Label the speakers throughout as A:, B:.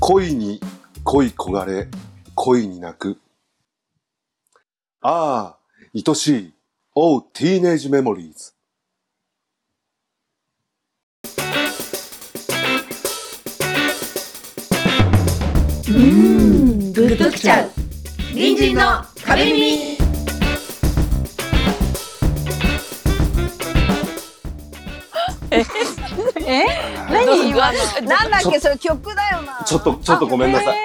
A: 恋に恋焦がれ、恋に泣く。ああ、愛しい。Oh, Teenage Memories.
B: うん
C: グッときちゃう
B: 隣人の壁耳
C: 何今の
D: なんだっけそれ曲だよな。
A: ちょっと、ちょっとごめんなさい。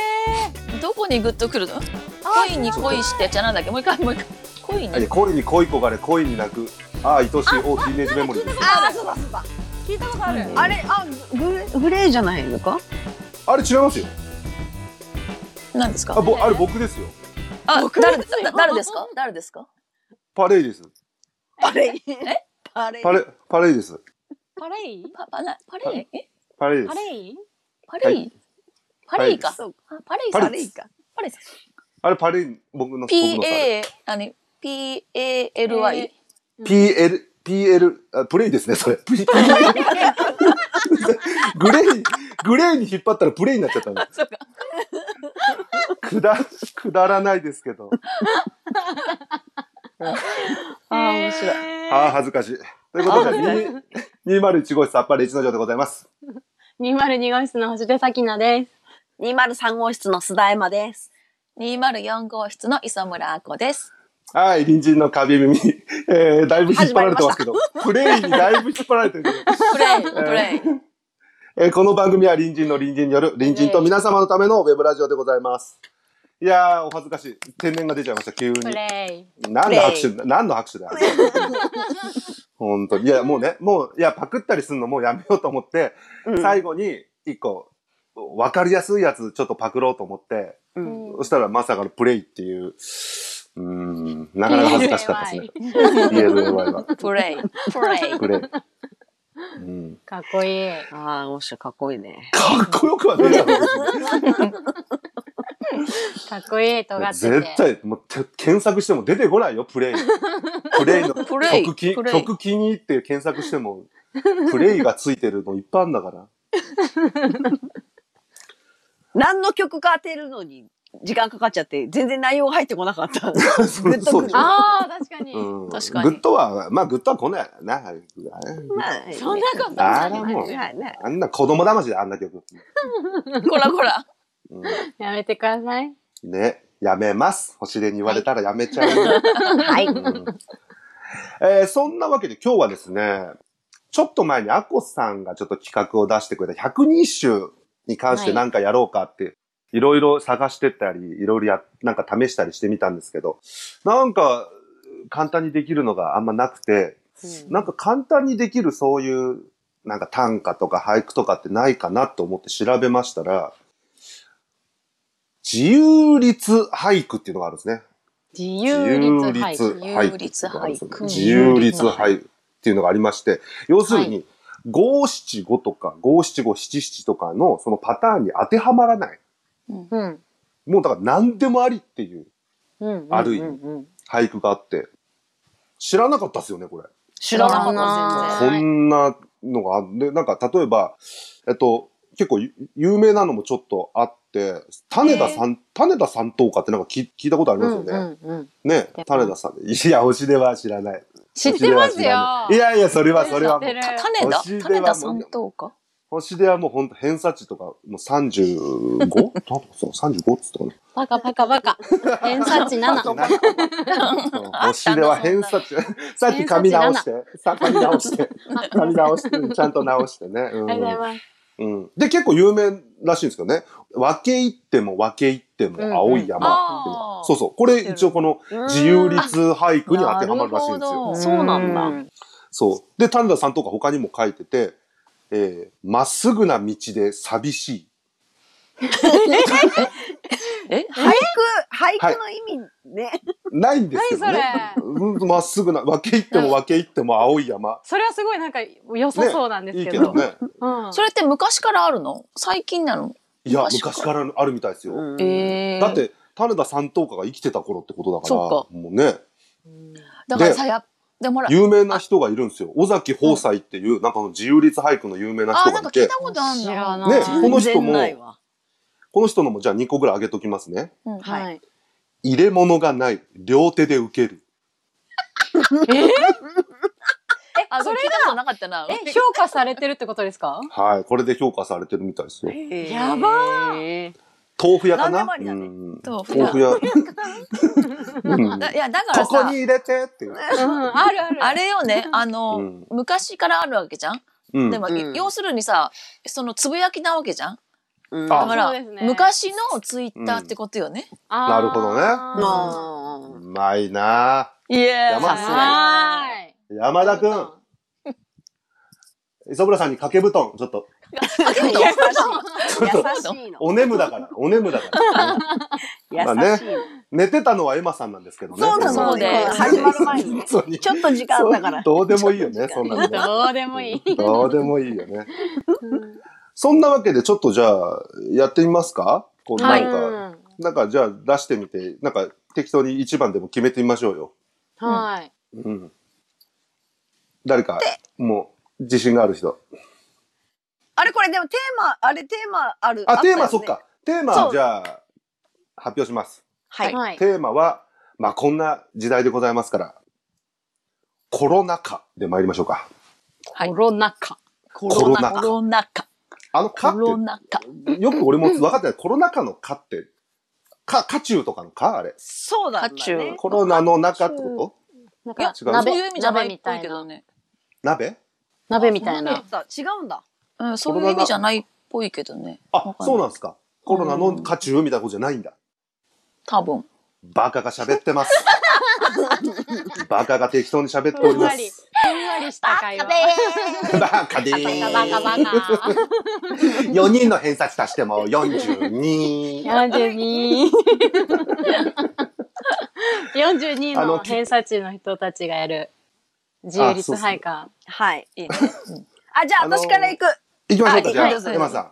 C: どこにグッとくるの恋に恋してじゃあなんだっけもう一回もう一回恋
A: い
C: に
A: や恋に恋焦がれ、恋に泣く。ああ、愛しい。Oh, Teenage Memories.
D: ああそうだそうだ。
B: 聞いたことある
D: あれあグレグレーじゃないのか？
A: あれ違いますよ。
C: 何です
A: あ、
C: か
A: ぼ、あれ僕ですよ。
C: あ
B: 僕
C: 誰
B: ですよ
C: だ誰ですか誰ですか
A: パレイです。
D: パレイ。パレイ
A: パ。レ、パレイです。
B: パレイ
C: パパなパレイえ
A: パレイで
B: パ
A: す。
B: レイ
C: パレ
A: は
C: イパレイか
D: そう
C: あパレイさ
A: パ
C: ん
A: レイ
D: パレイか。
C: パレイさん
A: あれパレイ、僕の、僕のパレイ。
C: PA 何 PALY
A: PL、PL、あプレイですね、それ。P- グレー、グレーに引っ張ったらプレイになっちゃったんだ。
C: そうか
A: くだ、くだらないですけど。
C: あー面白い
A: ああ、恥ずかしい。ということで、
B: あ
A: 2 201号室あっぱれ一の城でございます。
B: 202号室の星出咲菜です
D: 二丸三号室の須田山です。
C: 204号室の磯村あこです
A: はい、隣人の壁耳、えー、だいぶ引っ張られてますけど、プレイにだいぶ引っ張られてるけど、
C: プレイプレイ
A: えーこの番組は隣人の隣人による隣人と皆様のためのウェブラジオでございます。いやー、お恥ずかしい。天然が出ちゃいました、急に。
B: プレイ
A: 何の拍手だ、何の拍手だよ。 本当に。いや、もうね、もう、いや、パクったりするのもうやめようと思って、最後に一個、わかりやすいやつちょっとパクろうと思って、
B: ん
A: そしたらまさかのプレイっていう、うーん、なか なか恥ずかしかったですね。ELY は。
C: プレイ プレイ
A: プレイ。うん、
B: かっこいい
D: ああ面白いかっこいいね。
A: かっこよくはねえだろ
B: かっこいい尖ってて
A: 絶対もうて検索しても出てこないよプレイプレイの
C: プレイ
A: 曲気
C: プレイ
A: 曲気に入って検索してもプレイがついてるのいっぱいあんだから
D: 何の曲か当てるのに時間かかっちゃって全然内容が入ってこなかった。グ
A: そう
D: ッとくる。
A: そう
B: ああ確かに、
A: うん、
C: 確かに
A: グッドはまあグッドは来ないなあれ
D: はい
B: そんなこと
A: あ
B: ない
A: らもう
D: はいね。
A: あんな子供騙しであんな曲、
C: こらこら
A: う
B: やめてください
A: ん、ねやめます星出に言われたらやめちゃう、
D: はい。
A: うんえーそんなわけで今日はですね、ちょっと前にアコさんがちょっと企画を出してくれた百人一首に関して何かやろうかって、いろいろ探してたり、いろいろや、なんか試したりしてみたんですけど、なんか簡単にできるのがあんまなくて、なんか簡単にできるそういう、なんか短歌とか俳句とかってないかなと思って調べましたら、自由律俳句っていうのがあるんですね。
B: 自
A: 自
B: 由
A: 由
B: 律
A: 律
B: 俳句
A: 俳句。自
C: 自
A: 由
B: 由
A: 律
B: 律
A: 俳句っていうのがありまして、要するに、五七五とか五七五七七とかのそのパターンに当てはまらない。
B: うん
A: もうだから何でもありっていう
B: うん
A: ある意味
B: うんうんうん
A: 俳句があって、知らなかったっすよね、これ。
D: 知らなかった
B: は
A: こ
B: い
A: んなのがあんで、なんか例えば、えっと、結構ゆ有名なのもちょっとあって、種田さん、種田三等歌ってなんか聞聞いたことありますよね。
B: うんうんうん
A: ね
B: でも
A: 種田さん。いや、星では知らない。
B: 知ってます
A: 星で
B: よ
A: は知らないいやいや、それは、それはもう
B: 知ってる
C: 種田
A: 星出は
C: 種田三等か
A: 星出はもうほんと偏差値とか、もう 35? 多分そう、35っつったかな。
B: バカバカバカ偏差値7
A: うん星出は偏差 値。さっき髪直して、さ髪直して、髪直して、ちゃんと直してね。う
B: ありがとうござい
A: ん
B: ます
A: うん、で、結構有名らしいんですけどね。分け入っても分け入っても青い山っていうの
C: うんうんあ
A: は
C: ー
A: そうそう。これ一応この自由律俳句に当てはまるらしいんです
C: なるほ
A: よ
C: ど。
D: そうなんだ
B: うん
A: そう。で、丹田さんとか他にも書いてて、えーまっすぐな道で寂しい。
C: え
D: 俳句俳句の意味ね。
A: ないんですけどね。うんまっすぐな、分け入っても分け入っても青い山。
B: それはすごいなんか良さそうなんで
A: い
B: す
A: い
B: け
A: け
B: ど。
A: どね。
B: うん。
C: それって昔からあるの最近なの
A: いや、
C: 昔から
A: 昔からあるみたいですよ。
D: うん
C: ええ
A: だって、種田三等家が生きてた頃ってことだから、
C: そ
A: もうね、
C: だからさやでもほら
A: 有名な人がいるんですよ。尾崎豊斎っていう、なんかその自由律俳句の有名な
C: あ
A: 人
C: なん
A: が
C: か
A: い
C: 聞い
A: て
C: た、ことある
B: 知ら
C: な
B: ない。
A: ねこの人も
D: 全然ないわ
A: この人のもじゃあ2個ぐらい上げときますね。
C: うん
D: はい
B: はい。
A: 入れ物がない。両手で受ける。
C: あ、それ聞いたことなかったな。
B: え、評価されてるってことですか
A: はい。これで評価されてるみたいですよ。
B: やば
D: ー
A: 豆腐屋かな
D: 何でもありだ
A: う
D: ね
A: ん
C: 豆腐
A: 豆
C: 屋
A: 腐屋。 うん
C: だいや、だから
A: ここ
C: さ
A: に、入れてっていう。
B: うん、あるある。
C: あれよね、あの、
A: うん
C: 昔からあるわけじゃん。
A: うん
C: でも、
D: うん
C: 要するにさ、そのつぶやきなわけじゃん。
D: うん
A: あ
C: だから、
B: そうですね
C: 昔のツイッターってことよね。
B: あー
A: なるほどね
B: は
A: う
D: あ
A: まいな
D: ーいえ
A: 山
D: さすが
B: ーい。
A: ぁ山田くん、磯村さんに掛け布団、ちょっと、
D: 優しい優しいの
A: おねむだから、おねむだから。
D: 優しい
A: まあ
D: の、
A: ね寝てたのはエマさんなんですけどね。
D: そうな
C: そ
D: の
C: う
D: ね
C: ね
D: 始まる前に ね
A: 本当に
D: ちょっと時間あったから
A: どうでもいいよね、そんなのね。
B: どうでもいい。
A: どうでもいいよね。そんなわけで、ちょっとじゃあ、やってみますかこうなんか、
B: うん
A: なんかじゃあ出してみて、なんか適当に一番でも決めてみましょうよ。
B: はい。
A: うん。誰か、もう、自信がある人。
D: あれこれでもテーマあれテーマある
A: あ、
D: った
A: テ
D: よ
A: ー
D: ね
A: マ、そっか。テーマ
D: そ
A: を
D: う
A: じゃあ、発表します。
D: はい
B: はい。
A: テーマは、まあ、こんな時代でございますから、コロナ禍で参りましょうか。
B: コロナ禍。
D: コ
A: ロナ
C: コロナ禍。
A: あの、
C: コ
A: かっ
C: ロナ禍。
A: て、よく俺も分かってない。コロナ禍のかって、か、渦中とかのかあれ。
D: そうだ
C: 渦中
D: ね
A: コロナの中ってこと
B: なん
C: い
A: 違う
B: か、
C: やそう
B: 鍋
C: いう意味じゃない
B: 鍋
C: っ
B: み
C: ぽ
B: た
C: い
B: い
C: けど
B: な。
C: ね。
A: 鍋
B: 鍋みたい
D: そう
B: な。
D: だ違うんだ
C: うん、そういう意味じゃないっぽいけどね。
A: あ
C: わ、かんない
A: そうなんですか。コロナの渦中みたいなことじゃないんだ。
C: 多分。
A: バカが喋ってます。バカが適当に喋っており
B: ふん
A: ま
B: わり、
A: す。
B: ふんわりした会話。
A: バカでー
B: バカバカ。
A: 4人の偏差値足しても42。
B: 42 42
A: あの
B: の
A: き
B: 偏差値の人たちがやる自由律配下
D: はいいいねうんあじゃあ
A: あのー
D: 私から行く
A: いきましょう
D: あ
A: か、じゃあ、
D: はい
A: エマさん。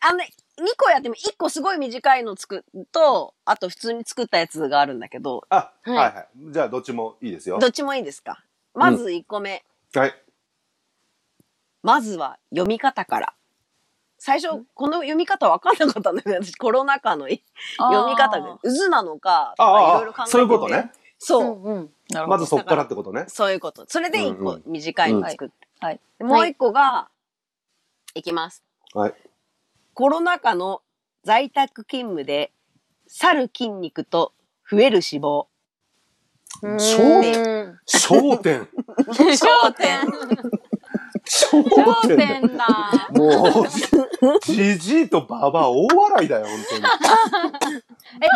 D: あのね2個やっても1個すごい短いの作るとあと普通に作ったやつがあるんだけど
A: あ、は
B: はいい
A: はい。じゃあ、どっちもいいですよ
D: ど。っちもいいですかまず1個目、
A: はい。
D: まずは読み方から。最初、この読み方わかんなかったんだけど、私コロナ禍のい読み方が
C: あ
D: 渦なのかと
A: あ
D: かい
A: あ
D: ろいろ考
A: ああ、
D: えてて
A: そういうことね。
D: そう、
B: うん
C: ー。なるほ
A: ま
C: ど
A: ずそっからってことね。
D: そういうこと。それで一
A: う
D: 個
A: ん
D: 短いの作って。
C: はいはい
D: でもう一個が、いきます。
A: はい。
D: コロナ禍の在宅勤務で、去る筋肉と増える脂肪。
B: うんうん
A: 焦
B: 点
A: 焦点。
B: 焦点
A: 焦
B: 焦
A: 点。
B: 点 だ
A: もう、じじいとばば大笑いだよ、本当に。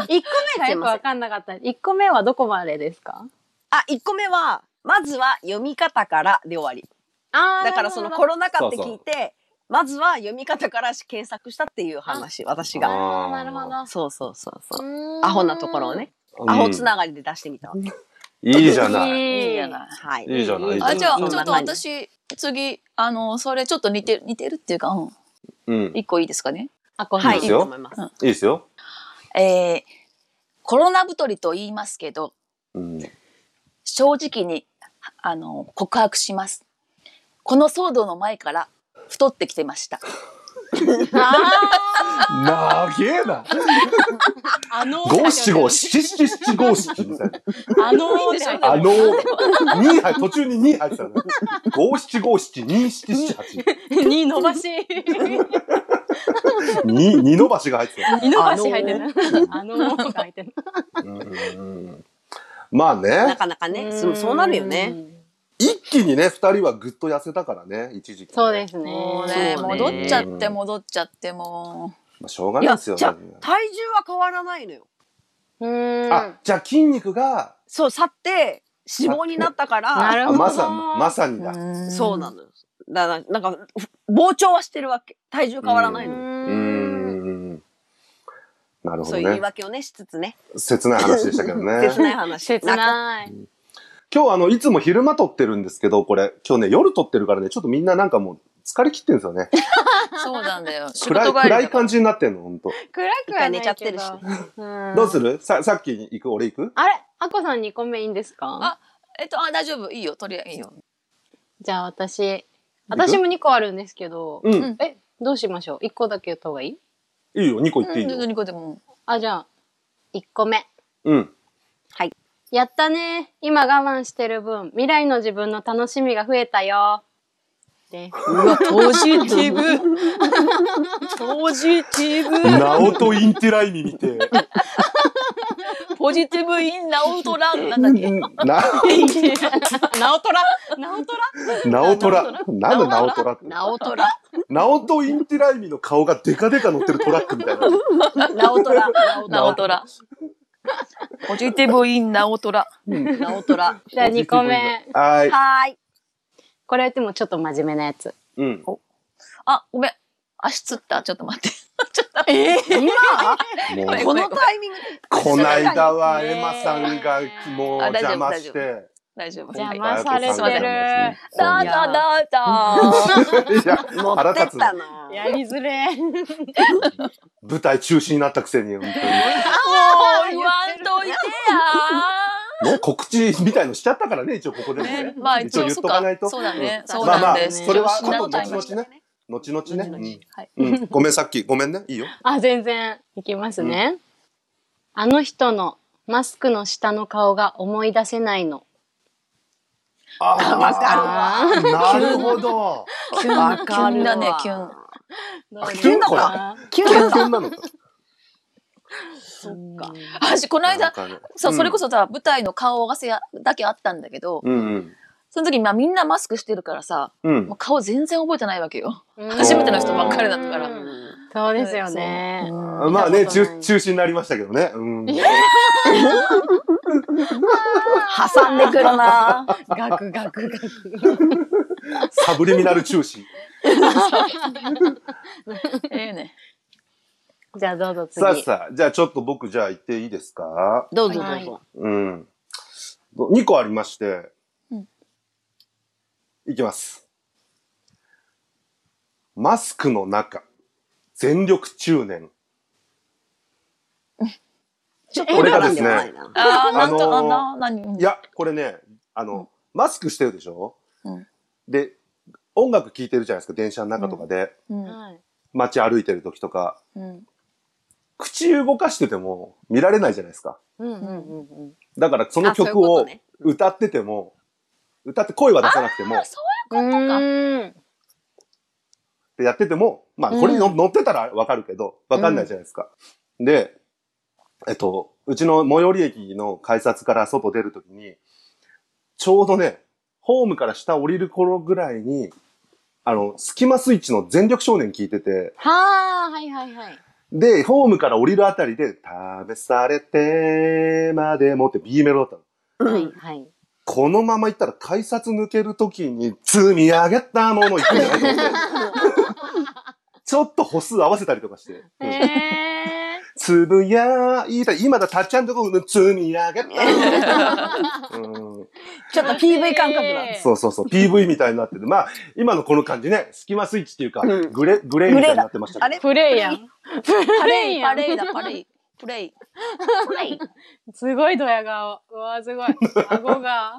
B: え一個目がよくわかんなかった一個目はどこまでですか
D: あ、一個目は、まずは読み方からで終わり。
B: あ
D: だからそのコロナ禍って聞いて、まずは読み方からし検索したっていう話、私が。
B: あーなるほど
D: そうそうそうそう。
B: うーん
D: アホなところをね、
A: うん
D: アホつながりで出してみたわけ。
A: いいじゃない。
C: いいじゃ
B: い
C: ない。
D: はい。
A: いいじゃないいい
C: あ、じゃあ、ち
D: そ
C: ょ
D: ん
C: っ
D: な
C: と
D: 感じ。
C: 私、次、あの、それちょっと似てる、似てるっていうか、うん、
A: うん。い
C: 一個いいですかね。
B: あこう
D: はい、
A: いいで
D: いい
A: すよ
D: と思います。
A: いですよ。
C: えー、コロナ太りと言いますけど、
A: うん。
C: 正直に、あの、告白します。この騒動の前から太ってきてました。
B: あ
A: なげえな。
B: ーあの
A: 五七五七七七五七みたいな。
B: あのじゃない
A: あの、二杯、途中に二杯したね。五七五七二七七八。
B: に伸ばし
A: 二、二の橋が入ってた。
B: に伸ばし入ってるあのが入ってる
A: うんまあ
D: な
A: ね、
D: かなかね、そうそうなるよね。
A: 一気にね、二人はぐっと痩せたからね、一時期、。
B: そうですすね
C: もうね、
D: そうね
C: 戻っちゃって、戻っちゃって、も
A: まあ、しょうが
D: い
A: ない
D: や、
A: です
D: じ
A: よ
D: ゃ
A: ね。
D: あ体重は変わらないのよ。
B: うーん
A: あ、じゃあ筋肉が、
D: そう、去って脂肪になったから、
B: なる
A: あ
B: ほど。
A: まさに、まさに
C: う。
A: だ。
C: ーん
D: そうなのよ。だから、なんか、膨張はしてるわけ。体重変わらないの。
A: う
B: う
A: ー
B: ーん。
A: ん。なるほ
D: そ
A: ど
D: ういう言
A: ね
D: い。訳をね、しつつね。
A: 切ない話でしたけどね。
D: 切ない話。
B: 切
D: なんか
B: ない。
A: 今日あの、いつも昼間撮ってるんですけど、これ、今日ね、夜撮ってるからね、ちょっとみんななんかもう疲れ切ってるんですよね。
C: そうなんだよ。仕
A: 暗い、
C: 事帰
A: 暗
C: りだ
A: い
C: から
A: 感じになってんの、ほんと。
B: 暗くはないけど。うん
A: どうするさ、さっき行く俺行く
B: あれあこさん2個目いいんですか
C: あえっと、あ、大丈夫。いいよ。とりあえずいいよ。
B: じゃあ私。私も2個あるんですけど。
A: うんん。
B: え、どうしましょう ?1 個だけ言った方がいい
A: いいよ、2個言っていいよ。
C: 何個でも。
B: あ、じゃあ、1個目。
A: うん。
B: やったね。今我慢してる分、未来の自分の楽しみが増えたよ。で、
C: うわ、ポジティブ。ポジ ティ
A: ナオトインティライミ見て。
C: ブ。ポジティブインナオトラン。なんだっけ。
A: な、
C: ナオトラ。ナオト
A: ナオトラ。なんだナオトラって。
D: なおとら。
A: ナオトインティライミの顔がデカデカ乗ってるトラックみたいな。
D: なおとら。
C: ラ。ナオトラ。ポジティブインナオトラ。
D: なおとら。
B: じゃあ2個目。
A: はーい。
D: はーい。
B: これでもちょっと真面目なやつ。
A: うん。
C: あ、ごめん。足つった。ちょっと待って。
D: え今
A: も
C: ごめん
A: う、
D: このタイミングで
A: こないだは
B: ね
A: エマさんがもう
C: あ大丈夫
A: 邪魔して。
C: 大丈夫。
B: 邪
C: はい
B: 魔されてる。
C: だー
A: だ
C: だーだーだー。
A: いや、
D: 持
A: 腹
D: ってっ
A: 立つ
D: たな。
B: やりづれ。
A: 舞台中止になったくせに、本
C: もう言わんといてや
A: 当に。 もう告知みたいのしちゃったからね、一応ここでもね
C: ね。まあ一
A: 一応
C: 応
A: 言っ
C: そ
A: と
C: っか
A: かないと。
C: そうだね。
A: ま
C: そう
A: あま
C: なん
A: あ、
C: です。
A: それは
C: 調子に
A: 今
C: な
A: 度
C: った今
A: 後々ね。後々
D: 々
A: ね。
C: はい。
A: うんうんごめん、さっき。ごめんね。いいよ。
B: あ、全然。いきますね。あの人のマスクの下の顔が思い出せないの。
A: あ
D: わかるわ。
A: る。なるほど。
C: キュン
D: わかるわ
C: キュンだね、キュン。
A: あキュンこれ
D: キュ
A: 健
D: ン
A: 全なのか。
D: そっか。
C: 私、この間、
A: なんかね
C: そう、それこ。
A: ん
C: そさ、舞台の顔合わせやだけあったんだけど、
A: うんうん。
C: その時、まあみんなマスクしてるからさ、
A: うん
C: もう。顔全然覚えてないわけよ。
B: うん
A: 初めての人ばっか
C: りだったから
B: うんそうですよね。
A: あまあね、中中止になりましたけどね。うん。
D: 挟んでくるな。
B: ガクガクガク。
A: サブリミナル中 止。
C: ええね。
B: じゃあどうぞ次。
A: さあさあ、じゃあちょっと僕、じゃあ言っていいですか
D: どうぞど
B: は
D: う
B: い
D: ぞ。
A: うん。2個ありまして
C: うん。
A: いきます。マスクの中、全力中年。
D: ちょっ
A: これがで
D: ん
A: すね
D: ないな。
C: ああ、なんか、
A: あ
C: あ
A: のー
C: な、なに。
A: いや、これね、あの、
C: うん
A: マスクしてるでしょ、
C: うん
A: で、音楽聴いてるじゃないですか、電車の中とかで。
C: うん。
B: はい
A: 街歩いてる時とか。
C: うん。
A: 口動かしてても見られないじゃないですか。
B: うんうんうんうん。
A: だからその
D: あそういう
A: 曲
D: こと
A: を
D: ね
A: 歌ってても、歌って声は出さなくても、
C: そ
B: うん。
A: でやってても、まあこれにの乗ってたらわかるけど、わかんないじゃないですか。で、えっと、うちの最寄り駅の改札から外出るときに、ちょうどね、ホームから下降りる頃ぐらいに、あの、スキマスイッチの全力少年聞いてて、
B: はあ、はいはいはい。
A: で、ホームから降りるあたりで、食べされてまでもって B メロだったの。
D: うん
B: はいはい。
A: このまま行ったら改札抜けるときに積み上げたもの行くんじゃないと思って。 ちょっと歩数合わせたりとかして。うん
B: へ
A: つぶやいた、今だ、たっちゃんとこの積み上 げたもの、うん。
D: ちょっと PV 感覚だ。
A: そうそうそう、PV みたいになってて。まあ、今のこの感じね、スキマスイッチっていうか、
D: うん
A: グレ、グレーみたいになってましたけど
D: あれ
B: ー。プレイやん。プレ
C: パレ
B: イ
C: イ、
B: や
C: パ
B: ん。
C: レイだ、パレイ。プレイ。
D: プレイ。
B: すごいドヤ顔。うわ、すごい。顎が。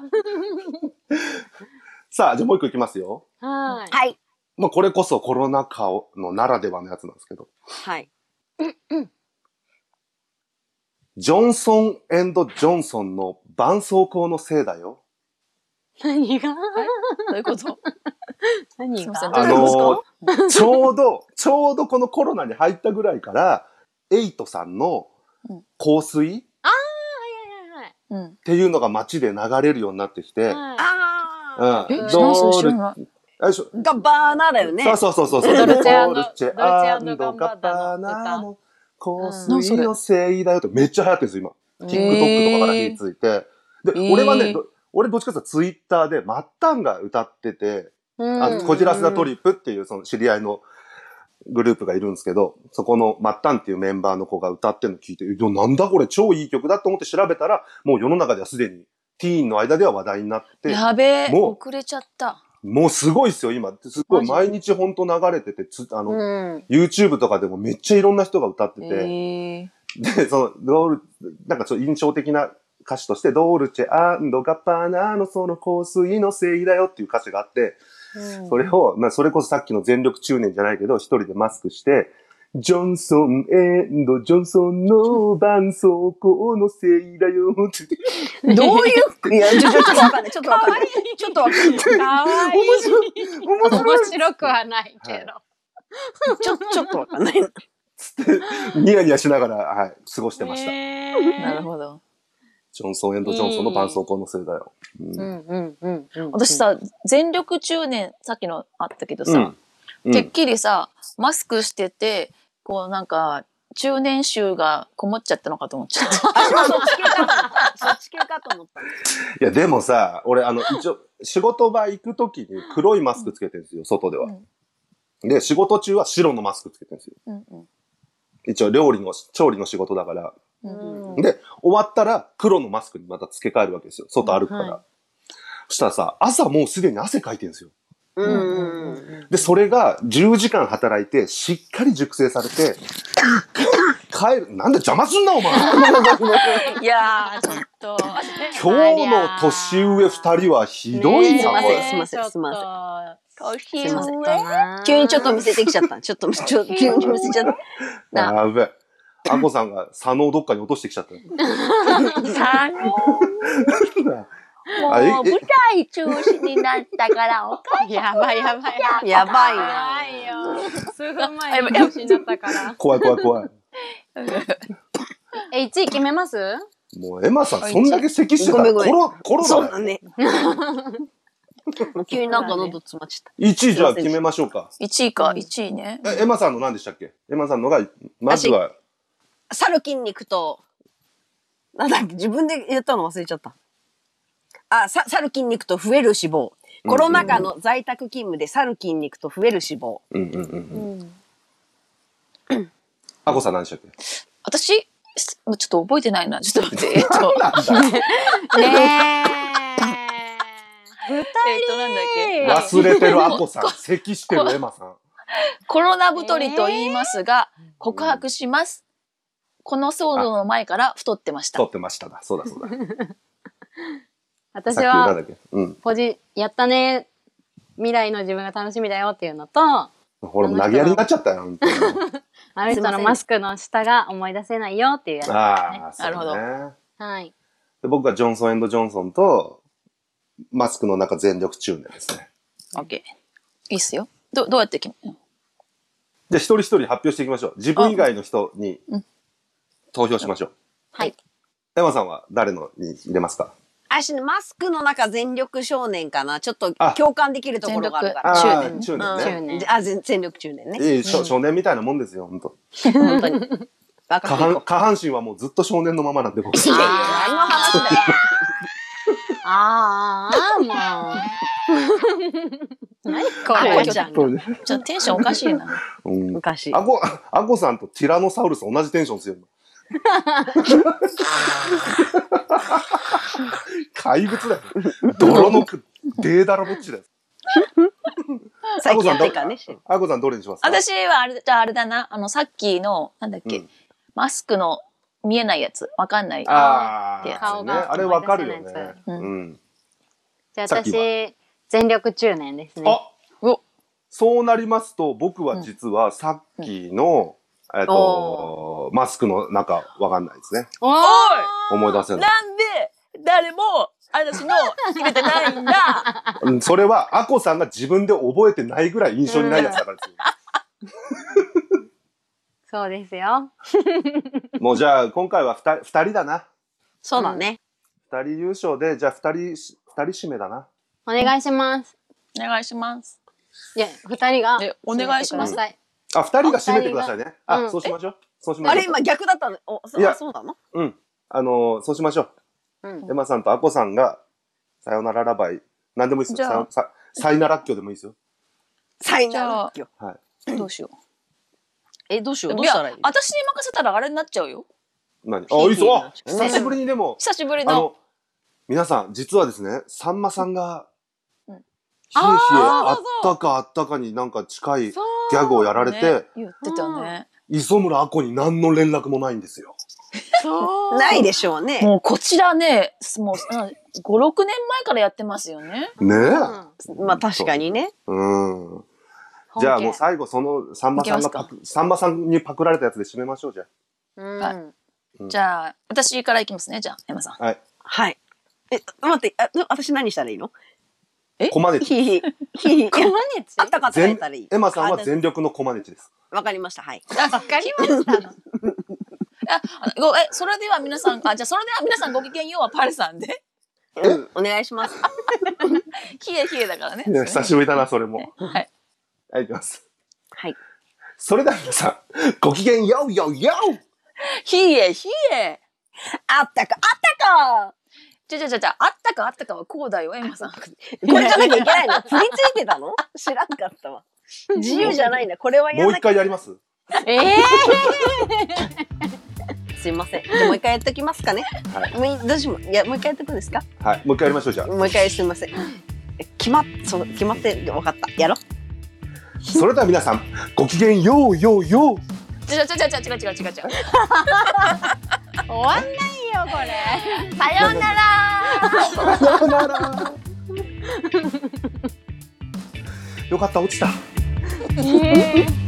A: さあ、じゃあもう一個いきますよ。
B: はい。
D: はい。
A: まあ、これこそコロナ禍のならではのやつなんですけど。
D: はい。
A: ジョンソンジョンソンの絆創膏のせいだよ。
B: 何が
C: どういうこと
B: 何
C: すいま
B: が
C: せ
A: あ
C: んどういう
A: の
C: こ
A: ー、ちょうど、ちょうどこのコロナに入ったぐらいから、エイトさんの
C: うん
A: 香水っ
C: うん。
A: ていうのが街で流れるようになってきて、うん。
B: はい
D: あ
C: え、
A: ド
C: な
A: ー
C: んす後ろ
A: ル
C: の。
A: あれでしょ
D: ー。ガバーナだよね。
A: そうそうそうそう。
B: ドルチェ
A: ドルチェ
B: ドルチェガッバーナの
A: ガッバーナの香
C: 何そ
A: 水
C: れ
A: のせいだよってめっちゃ流行ってるんですよ、今。TikTok とかから火ついて。で、
C: えー
A: 俺はね、ど俺どっちかというとツイッターでマッタンが歌ってて、あ
B: う
A: の
B: ん
A: こじらせたトリップっていうその知り合いのグループがいるんですけど、そこのマッタンっていうメンバーの子が歌ってるの聞いて、えなんだこれ超いい曲だと思って調べたら、もう世の中ではすでにティーンの間では話題になって、
C: やべえ、
A: もう
C: 遅れちゃった。
A: もうすごいですよ、今。すごい毎日ほんと流れてて、つあの、
B: うん。
A: YouTube とかでもめっちゃいろんな人が歌ってて、
C: え
A: で、その、ドール、なんかちょっと印象的な歌詞として、ドールチェガッパーナのその香水のせいだよっていう歌詞があって、それを、まあ、それこそさっきの全力中年じゃないけど、一人でマスクして、ジョンソンエンド、ジョンソンの絆創膏のせいだよって。
C: どういう
D: いや、ちょ、ちょっとわかん ない。ちょっとわかんない。ちょっとわかんない。
B: かわいい。
A: 面白い。面白い
B: 面白くはないけど。
D: ちょ、ちょっとわかんない。
A: ニヤニヤしながら、はい、過ごしてました。
B: ねえ
C: なるほど。
A: ジョンソンエンド、ジョンソンの絆創膏のせいだよ。うん
B: うんうんうんうん。
C: 私さ、全力中年、さっきのあったけどさ、
A: うんうん
C: てっきりさ、マスクしてて、こうなんか、中年臭がこもっちゃったのかと思っちゃった。
D: あ、そうそっち系かと思った。そっち系かと思った。
A: いや、でもさ、俺、あ の、一応、仕事場行くときに黒いマスクつけてるんですよ、外では。で、仕事中は白のマスクつけてるんですよ。
C: うんうん
A: 一応、料理の、調理の仕事だから。
C: うん
B: うん
A: で、終わったら黒のマスクにまた付け替えるわけですよ、外歩くから。
B: うんは
A: そしたらさ、朝もうすでに汗かいてるんですよ。
D: うんうん。
A: で、それが10時間働いて、しっかり熟成されて、帰る、なんで邪魔すんな、お 前
C: いやー、ちょっと。
A: 今日の年上二人はひどいな、
D: ねえ
A: これ。
D: すいませんすいません
B: せ
C: ん
B: 年
C: すい
B: 上
C: ませ
D: 急にちょっと見せてきちゃった。ちょっと、ちょっと急に見せちゃった。
C: な
A: やべえ。アコさんが佐野をどっかに落としてきちゃった。
C: さも
A: あええ
C: う舞台中止になったから、おか
B: やばいやばい
D: やばいな。
B: ばいよ数分前に年になったから
A: 怖い怖い怖い。
B: え1位決めます
A: もうエマさん、そんだけ咳してたら
D: ご
A: コ
D: めんご
A: ロ、コロ
D: そう
A: だよ。
D: だね。 急になんか喉詰まっちゃっ
A: 1位じゃあ決めましょうか。
C: 1位か、1位ね。
A: えエマさんの何でしたっけエマさんのが、まずは、
D: た。去る筋肉と、なんだっけ、自分で言ったの忘れちゃった。あ、さ、去る筋肉と増える脂肪。コロナ禍の在宅勤務で去る筋肉と増える脂肪。
A: うんうんうんうん。 アコさん何でしたっけ
C: 私、すもうちょっと覚えてないな。ちょっと待って。えっと、
B: ね
C: えっと、なんだっけ。
B: はい
A: 忘れてるアコ さん、咳してるエマさん。
C: コロナ太りと言いますが、告白します。この騒動の前から太ってました
A: 撮。ってましただ。そうだそうだ。
B: 私
A: さっきなん
B: は
A: だっけうん。
B: ポジやったね未来の自分が楽しみだよっていうのとあ
A: ほら、もう投げやりになっちゃったよ、本 当に
B: の人のマスクの下が思い出せないよっていうやつ
A: ああ、
C: なるほ
A: そうね。
B: はい
A: で僕はジョンソンエンドジョンソンと、マスクの中全力中年ですね。
C: オッケー。いいっすよ。どどうやって決める
A: じゃあ一人一人発表していきましょう。自分以外の人に投票しましょう。
B: はい
A: 山さんは誰のに入れますか
D: 私ね、マスクの中全力少年かな。ちょっと
A: あ
D: 共感できるところがあるから。
C: 中
A: ああ
C: 年
A: 中
D: うん
A: 年ね。
B: 年ね
D: あ、全全力中年ね。
A: ええ少少年みたいなもんですよ、本当。
D: 本当に。 若
A: 下
D: くていこ
A: 半下半身はもうずっと少年のままなんで僕。
D: う。いやいや何の話だよ。
B: あーあーもう
C: 何こ
D: あ
C: れ
D: こち
C: ち
D: ゃ
C: ょ
D: ん
A: そうね
C: っとテンションおかしいな。
A: うん。
D: 昔。
A: アコ、アコさんとティラノサウルス同じテンションですよ。今怪物だよ。泥のく、デーダラぼっちだよ。
D: 最近やってるからね。
A: アコさんどれにしますか
C: 私はあれ、じゃああれだな。あの、さっきの、なんだっけ、
A: うん
C: マスクの見えないやつ。わかんない。
A: あ
C: ってや
A: あ、
C: つ
A: そうね
B: 顔が
A: あれわかるよ
B: 思い出せない
A: ね
B: や。
C: つうん
A: うん。
B: じゃあ
A: さっき
B: 私全力中年ですね
A: あ
C: お
A: そうなりますと、僕は実はさっきの、えっと、マスクの中わかんないですね。
B: おー
A: 思い出せない。
C: なんで、誰も、私の決めてないんだ。
A: うんそれは、アコさんが自分で覚えてないぐらい印象にないやつだからですよ。
B: そうですよ
A: もうじゃあ、今回は二人二人だな。
D: そうだね。
A: 二人優勝で、じゃあ二人し、二人締めだな。
B: お願いします
C: お願いします。
B: いや二人が
C: えお願いしま
B: 締
C: す
B: めてくださ
A: あ、二人が締めてくださいね。
B: あ
A: あ、
B: 二人がうん
A: そうしましょう。そうしま
D: あ
A: しょう。
D: れ今逆だったの。お、そ
A: いや
D: そうなの
A: うん。あのーそうしましょう。
B: うん
A: エマさんとアコさんが、さよならラバイ、なんでもいいです
C: じ
A: よ。
C: ゃあ
A: さよささいならっきょでもいいですよ。
D: サインなの。
A: はい。
C: どうしよう。
D: え、どうしようどうし
C: いや
D: たらいい、
C: 私に任せたらあれになっちゃうよ。
A: 何あ、
D: い
A: い
D: い
A: いっすよ。あ
D: いいな
A: 久しぶりにでも、
C: 久しぶり
A: あ
C: の。
A: の、皆さん、実はですね、さんまさんが、
C: うん
A: ひえひえ、あったかあったかになんか近いギャグをやられ
C: ね
A: て、
C: 言ってたね。
A: 磯村アコに何の連絡もないんですよ。
B: そう
D: ないでしょうね。
C: もうこちらね、もううん5、6年前からやってますよね。
A: ねえ。
B: うん
D: まあ確かにね。
A: うん。
B: 本
A: じ
B: 家
A: ゃあもう最後そのさんまさんがパクさんまさんにパクられたやつで締めましょうじゃ
D: うん。
A: うん
C: じゃあ、私からいきますね、じゃあ、エマさん。
A: あはい
D: はい。え、待って、あ私何したらいいの
A: コマネチ
D: ひ ひ。ひひ。
B: コマネチ
D: あったかったらやったらいい。
A: エマさんは
D: あ
A: 全力のコマネチです
D: わかりました。はい。
B: わかりま したの。
C: ああごえ、それでは皆さん、あ、じゃあ、それでは皆さんごきげんようはパルさんで。
D: うん、お願いします。
C: 冷え冷えだからね。
A: ね久しぶりだなそれも
C: はい。
A: はいいきます
D: はい。
A: それでは皆さんごきげんようようよう
C: 冷え冷え。
D: あったか、あっ
C: じゃじゃじゃじゃあったかあったかはこうだよ、エマさん。
D: たかこれじゃなきゃいけない の振りついてたの知らんかった わ。自由じゃないんだ。これはや
A: も
D: ん
A: う
D: な
A: 一
D: きゃ。
A: 回やります
B: ええ
D: すいません。じゃあもう一回やっときますかね。
A: はい
D: もうどうしも、いや、もう一回やっとくんですか
A: はいもう一回やりましょうじゃあ
D: もう一回すいません。決まっ、そう、決まって、わかった。やろ。
A: それでは皆さんごきげんようようよう
C: じゃじゃじゃじゃ違う違う違う違う。
B: 終わんないよこれ。
C: さようなら。
A: さようならよかった落ちた
B: イエーイ